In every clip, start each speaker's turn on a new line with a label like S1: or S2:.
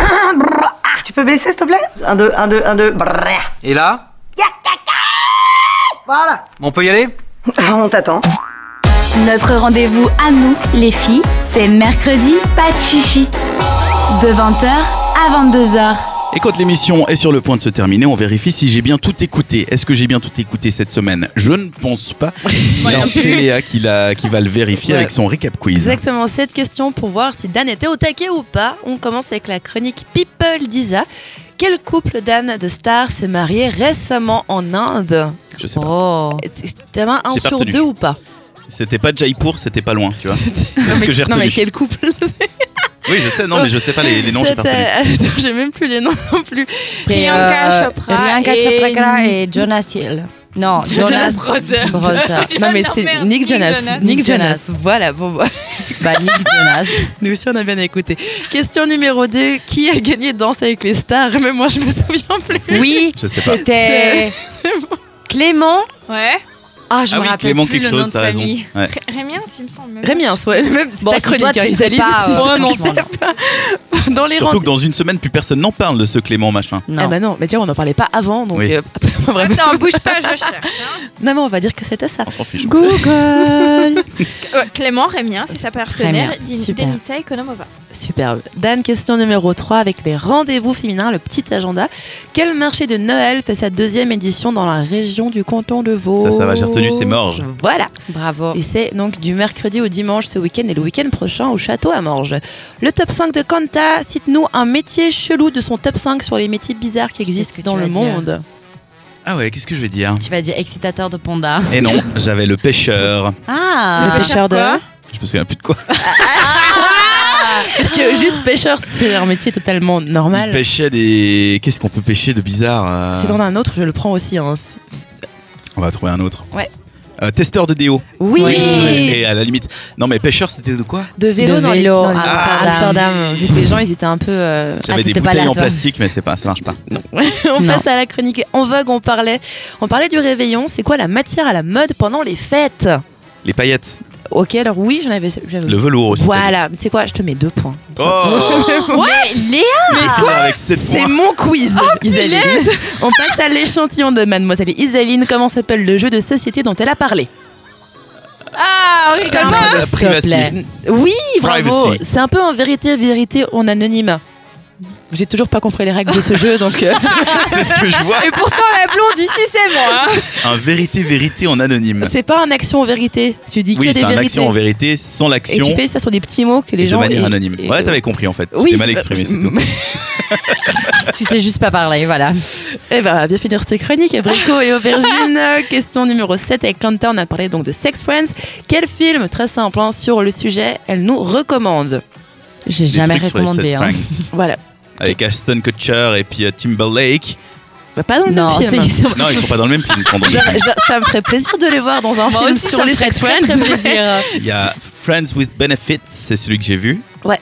S1: Ah, peux baisser, s'il te plaît Un, deux, un, deux, un, deux. Brrrr.
S2: Et là
S1: Voilà.
S2: On peut y aller
S1: Ah, On t'attend.
S3: Notre rendez-vous à nous, les filles, c'est mercredi, pas de chichi. De 20h à 22h.
S4: Écoute, l'émission est sur le point de se terminer. On vérifie si j'ai bien tout écouté. Est-ce que j'ai bien tout écouté cette semaine Je ne pense pas. Non, c'est Léa qui, l'a- qui va le vérifier
S5: Ouais.
S4: avec son récap quiz.
S5: Exactement, cette question pour voir si Dan était au taquet ou pas. On commence avec la chronique People d'Isa. Quel couple d'âmes de stars s'est marié récemment en Inde
S4: Je sais pas.
S6: Oh.
S5: T'en as un
S4: J'ai pas
S5: sur
S4: retenu.
S5: deux ou pas
S4: C'était pas Jaipur, c'était pas loin, tu vois.
S5: Non,
S4: ce
S5: mais-
S4: que j'ai
S5: Non mais
S4: retenu.
S5: quel couple
S4: Oui, je sais, non, mais je sais pas les, les noms, j'ai pas
S5: C'était-
S4: retenu.
S5: euh, Attends, j'ai même plus les noms non plus.
S7: Priyanka Chopra
S6: euh, Priyanka
S7: et-
S6: Chopra et Jonas Hill. Non, Jonas,
S7: Jonas Brothers.
S6: Brothers.
S7: J'ai
S5: Oh, Non mais
S7: pas
S5: c'est
S7: merde,
S5: Nick Jonas. Nick Jonas. Voilà, bon bah,
S6: bah, Nick Jonas.
S5: nous aussi on a bien écouté. Question numéro 2, qui a gagné Danse avec les stars Mais moi je me souviens plus.
S6: Oui,
S4: Je sais pas.
S6: c'était Clément.
S7: Ouais.
S6: Ah, je
S4: ah
S6: me
S4: oui,
S6: rappelle
S4: Clément
S6: plus
S4: quelque
S6: le nom
S4: chose,
S6: de
S4: t'as raison.
S6: famille.
S4: Ouais.
S7: Rémiens, il me semble.
S5: Rémiens, hein, ouais, même c'est
S6: Bon,
S5: ta
S6: si toi,
S5: chronique,
S6: tu
S5: hein,
S6: sais
S5: Isaline,
S6: pas,
S5: si
S6: euh,
S5: toi, tu
S6: franchement,
S5: sais pas. Dans les
S4: Surtout
S5: rangs.
S4: que dans une semaine, plus personne n'en parle de ce Clément machin.
S6: Non.
S5: Ah bah non, mais déjà on n'en parlait pas avant, donc
S4: Oui.
S5: euh, enfin, bref.
S7: Attends, bouge pas, je cherche. hein.
S5: Non mais on va dire que c'était ça.
S4: On s'en fiche.
S5: Google
S7: Euh, Clément Rémiens, c'est sa partenaire,
S5: Rémiens,
S7: Din-
S5: super.
S7: Denitsa Ekonomova.
S5: Superbe. Dan, question numéro 3 avec les rendez-vous féminins, le petit agenda. Quel marché de Noël fait sa deuxième édition dans la région du canton de Vaud
S4: Ça, ça va, j'ai retenu, c'est Morges.
S5: Voilà.
S6: Bravo.
S5: Et c'est donc du mercredi au dimanche ce week-end et le week-end prochain au château à Morges. Le top 5 de Kanta cite-nous un métier chelou de son top 5 sur les métiers bizarres qui
S6: Je sais ce
S5: existent
S6: que
S5: dans
S6: tu hein.
S5: le
S6: vas dire.
S5: monde.
S4: Ah ouais, qu'est-ce que je vais dire
S6: Tu vas dire excitateur de panda.
S4: Et non, j'avais le pêcheur.
S6: Ah.
S7: Le pêcheur. quoi
S4: Je me souviens plus de quoi.
S5: Parce que
S6: Ah.
S5: juste pêcheur, c'est un métier totalement
S4: Il
S5: normal.
S4: pêchait des. Qu'est-ce qu'on peut pêcher de bizarre euh,
S5: Si t'en as un autre, je le prends aussi. hein.
S4: On va trouver un autre.
S5: Ouais.
S4: Euh, testeur de déo.
S5: Oui, Ah,
S4: Et à la limite. Non, mais pêcheur, c'était de quoi
S5: De vélo,
S6: De
S5: dans les-
S6: vélo,
S5: dans les-
S6: Amsterdam.
S5: Amsterdam. Vu que les gens, ils étaient un peu... euh,
S4: J'avais
S6: Ah,
S4: des
S6: t'étais pas
S4: bouteilles
S6: là,
S4: en
S6: toi.
S4: plastique, mais c'est pas, ça marche pas.
S5: On
S6: Non.
S5: passe à la chronique En Vogue, on parlait, on parlait du réveillon. C'est quoi la matière à la mode pendant les fêtes
S4: Les paillettes.
S5: Ok, alors oui, j'en avais... j'avais-
S4: Le velours aussi.
S5: Voilà, tu sais quoi, je te mets deux points.
S4: Oh
S6: Ouais, Léa.
S4: Je vais finir avec 7
S5: C'est
S4: points.
S5: mon quiz,
S6: Oh,
S5: Isaline. On passe à l'échantillon de mademoiselle Isaline. Comment s'appelle le jeu de société dont elle a parlé
S7: Ah, on rigole pas.
S4: La privacité.
S5: Oui, bravo.
S4: Privacy.
S5: C'est un peu en vérité, vérité, on anonyme. J'ai toujours pas compris les règles de ce jeu, donc euh,
S4: C'est ce que je vois.
S7: Et pourtant, la blonde ici, c'est moi. hein.
S4: Un vérité vérité en anonyme.
S5: c'est pas en action en vérité. Tu dis
S4: Oui,
S5: que des
S4: c'est un
S5: vérités.
S4: action en vérité sans
S5: Et
S4: l'action
S5: tu fais ça sur des petits mots que les
S4: et de
S5: gens.
S4: manière
S5: et-
S4: anonyme.
S5: et-
S4: Ouais, t'avais compris en fait.
S5: Oui.
S4: T'es mal exprimé, c'est tout.
S6: Tu sais juste pas parler, voilà.
S5: Eh ben, bien finir tes chroniques, abricot et aubergine. Question numéro 7 avec Kanta, on a parlé donc de Sex Friends. Quel film, très simple, hein, sur le sujet, elle nous recommande
S6: J'ai
S4: Des
S6: jamais
S4: trucs sur les
S6: recommandé.
S4: sex
S6: hein.
S4: pranks.
S5: Voilà.
S4: Avec Ashton Kutcher et puis euh, Timberlake.
S5: Bah, pas dans le
S6: Non,
S5: même film.
S6: c'est sûr.
S4: Non, ils sont pas dans le même film. ils sont dans le même
S5: J'a-
S4: film.
S5: j'a- ça me ferait plaisir de les voir dans un
S6: Moi
S5: film
S6: aussi,
S5: sur
S6: ça me
S5: les
S6: ferait
S5: Sex
S6: très,
S5: Friends.
S6: très plaisir.
S4: Il y a Friends with Benefits, c'est celui que j'ai vu.
S6: Ouais.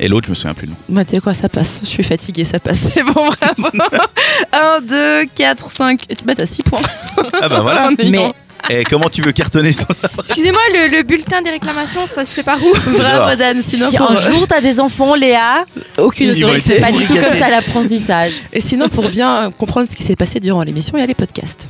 S4: Et l'autre, je me souviens plus le nom.
S5: Bah, tu sais quoi, ça passe. Je suis fatiguée, ça passe. C'est bon, bravo. 1, 2, 4, 5. Bah, t'as 6 points.
S4: Ah bah voilà.
S5: On est
S6: Mais
S5: bon.
S4: Et Eh, comment tu veux cartonner sans ça
S7: Excusez-moi, le, le bulletin des réclamations, ça se sait par où
S5: Bravo, Dan. Sinon,
S6: si
S5: pour- euh,
S6: un jour t'as des enfants, Léa,
S5: aucune
S4: Ils vont
S5: autorité.
S4: être
S6: pas du tout
S4: Obligaté.
S6: comme ça l'apprentissage.
S5: Et sinon, pour bien comprendre ce qui s'est passé durant l'émission, il y a les podcasts.